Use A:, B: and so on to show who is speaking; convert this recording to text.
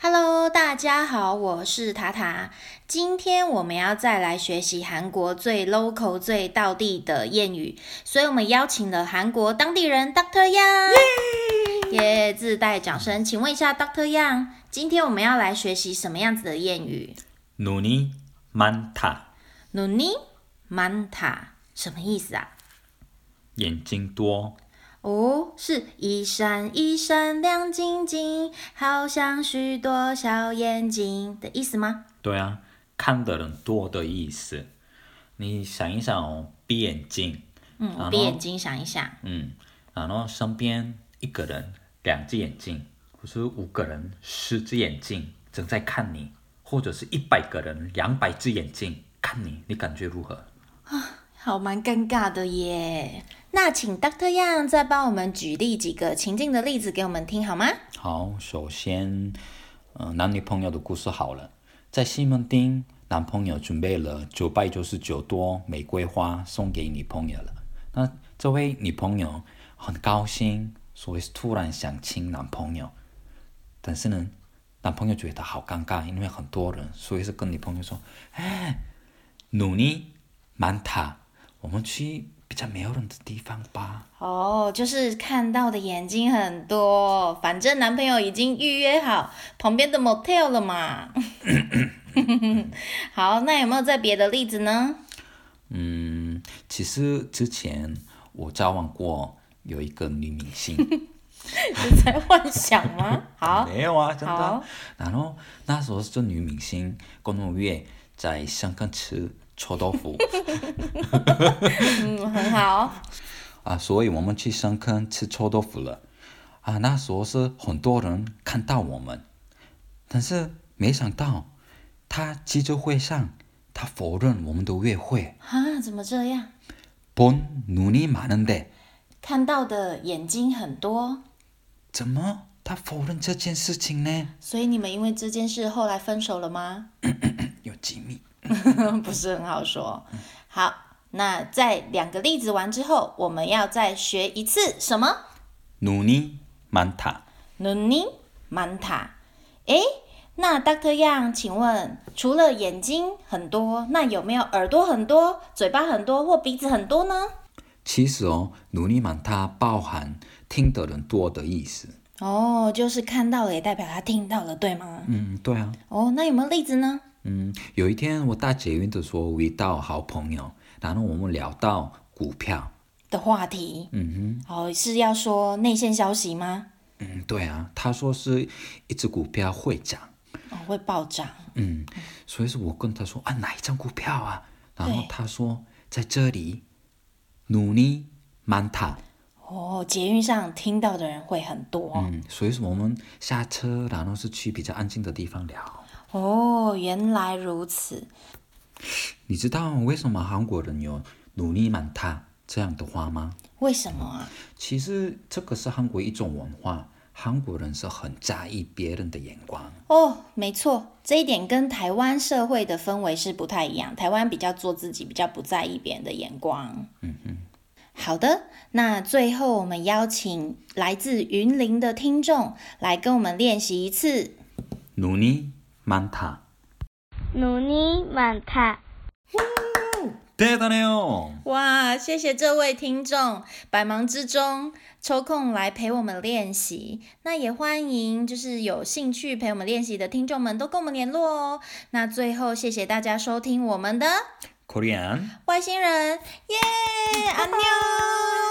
A: Hello，大家好，我是塔塔。今天我们要再来学习韩国最 local、最道地的谚语，所以我们邀请了韩国当地人 Doctor Yang，耶自带掌声。请问一下 Doctor Yang，今天我们要来学习什么样子的谚语？
B: 눈이 많다,
A: 努尼曼塔什么意思啊？
B: 眼睛多,
A: 哦，是一闪一闪亮晶晶，好像许多小眼睛的意思吗？
B: 对啊,看的人多的意思你想一想哦闭眼睛
A: 嗯，我
B: 啊
A: 闭
B: 然后
A: 眼睛想一想，
B: 嗯然后身边一个人两只眼睛或是五个人十只眼睛正在看你或者是一百个人两百只眼睛看你你感觉如何
A: 好蛮尴尬的耶。那请 Doctor Yang 再帮我们举例几个情境的例子给我们听好吗？
B: 好，首先，呃，男女朋友的故事好了，在西门町，男朋友准备了九百九十九朵玫瑰花送给女朋友了。那这位女朋友很高兴，所以突然想亲男朋友，但是呢，男朋友觉得好尴尬，因为很多人，所以是跟女朋友说：“哎，努力满塔，我们去比较没有人的地方吧。
A: 哦，就是看到的眼睛很多，反正男朋友已经预约好旁边的 motel 了 嘛。好，那有没有再别的例子呢？”
B: 嗯， 음,其实之前我交往过有一个女明星，
A: 你在幻想 吗？好，
B: 没有啊，真的啊、
A: 好
B: 然后那时候这女明星跟我约在香港吃臭豆腐
A: 嗯，很好。
B: 啊，所以我们去香港吃臭豆腐了啊。那时候是很多人看到我们，但是没想到她记者会上她否认我们的约会。
A: 啊，怎么这样？
B: 본 눈이 많은데
A: 看到的眼睛很多，
B: 怎么她否认这件事情呢？
A: 所以你们因为这件事后来分手了吗？
B: 有机密。
A: 不是很好说。好，那在两个例子完之后，我们要再学一次什么？
B: 눈이 많다.
A: 눈이많다。诶，那 Doctor Yang，请问除了眼睛很多，那有没有耳朵很多、嘴巴很多或鼻子很多呢？
B: 其实哦，努力满它包含听的人多的意思。
A: 哦，就是看到了也代表他听到了，对吗？
B: 嗯，对啊。
A: 哦，那有没有例子呢？
B: 嗯，有一天我搭捷运的时候遇到好朋友，然后我们聊到股票。
A: 的话题，
B: 嗯
A: 哦，是要说内线消息吗？
B: 哼，嗯，对啊，他说是一只股票会涨，
A: 哦，会暴涨。
B: 嗯，所以是我跟他说啊哪一张股票啊，然后
A: 对
B: 他说在这里，努力满它。
A: 哦，捷运上听到的人会很多。
B: 嗯，所以是我们下车，然后是去比较安静的地方聊。
A: 哦，原来如此。
B: 你知道为什么韩国人有努力满他这样的话吗？
A: 为什么啊？
B: 其实这个是韩国一种文化，韩国人是很在意别人的眼光。
A: 哦，没错，这一点跟台湾社会的氛围是不太一样。台湾比较做自己，比较不在意别人的眼光。嗯嗯。好的，那最后我们邀请来自云林的听众来跟我们练习一次。
B: 努力满他，
C: 눈이 많다.
B: 대단해요！
A: 哇，谢谢这位听众，百忙之中抽空来陪我们练习。那也欢迎，就是有兴趣陪我们练习的听众们都跟我们联络哦。那最后，谢谢大家收听我们的
B: 코리안。
A: 外星人，耶，安妞。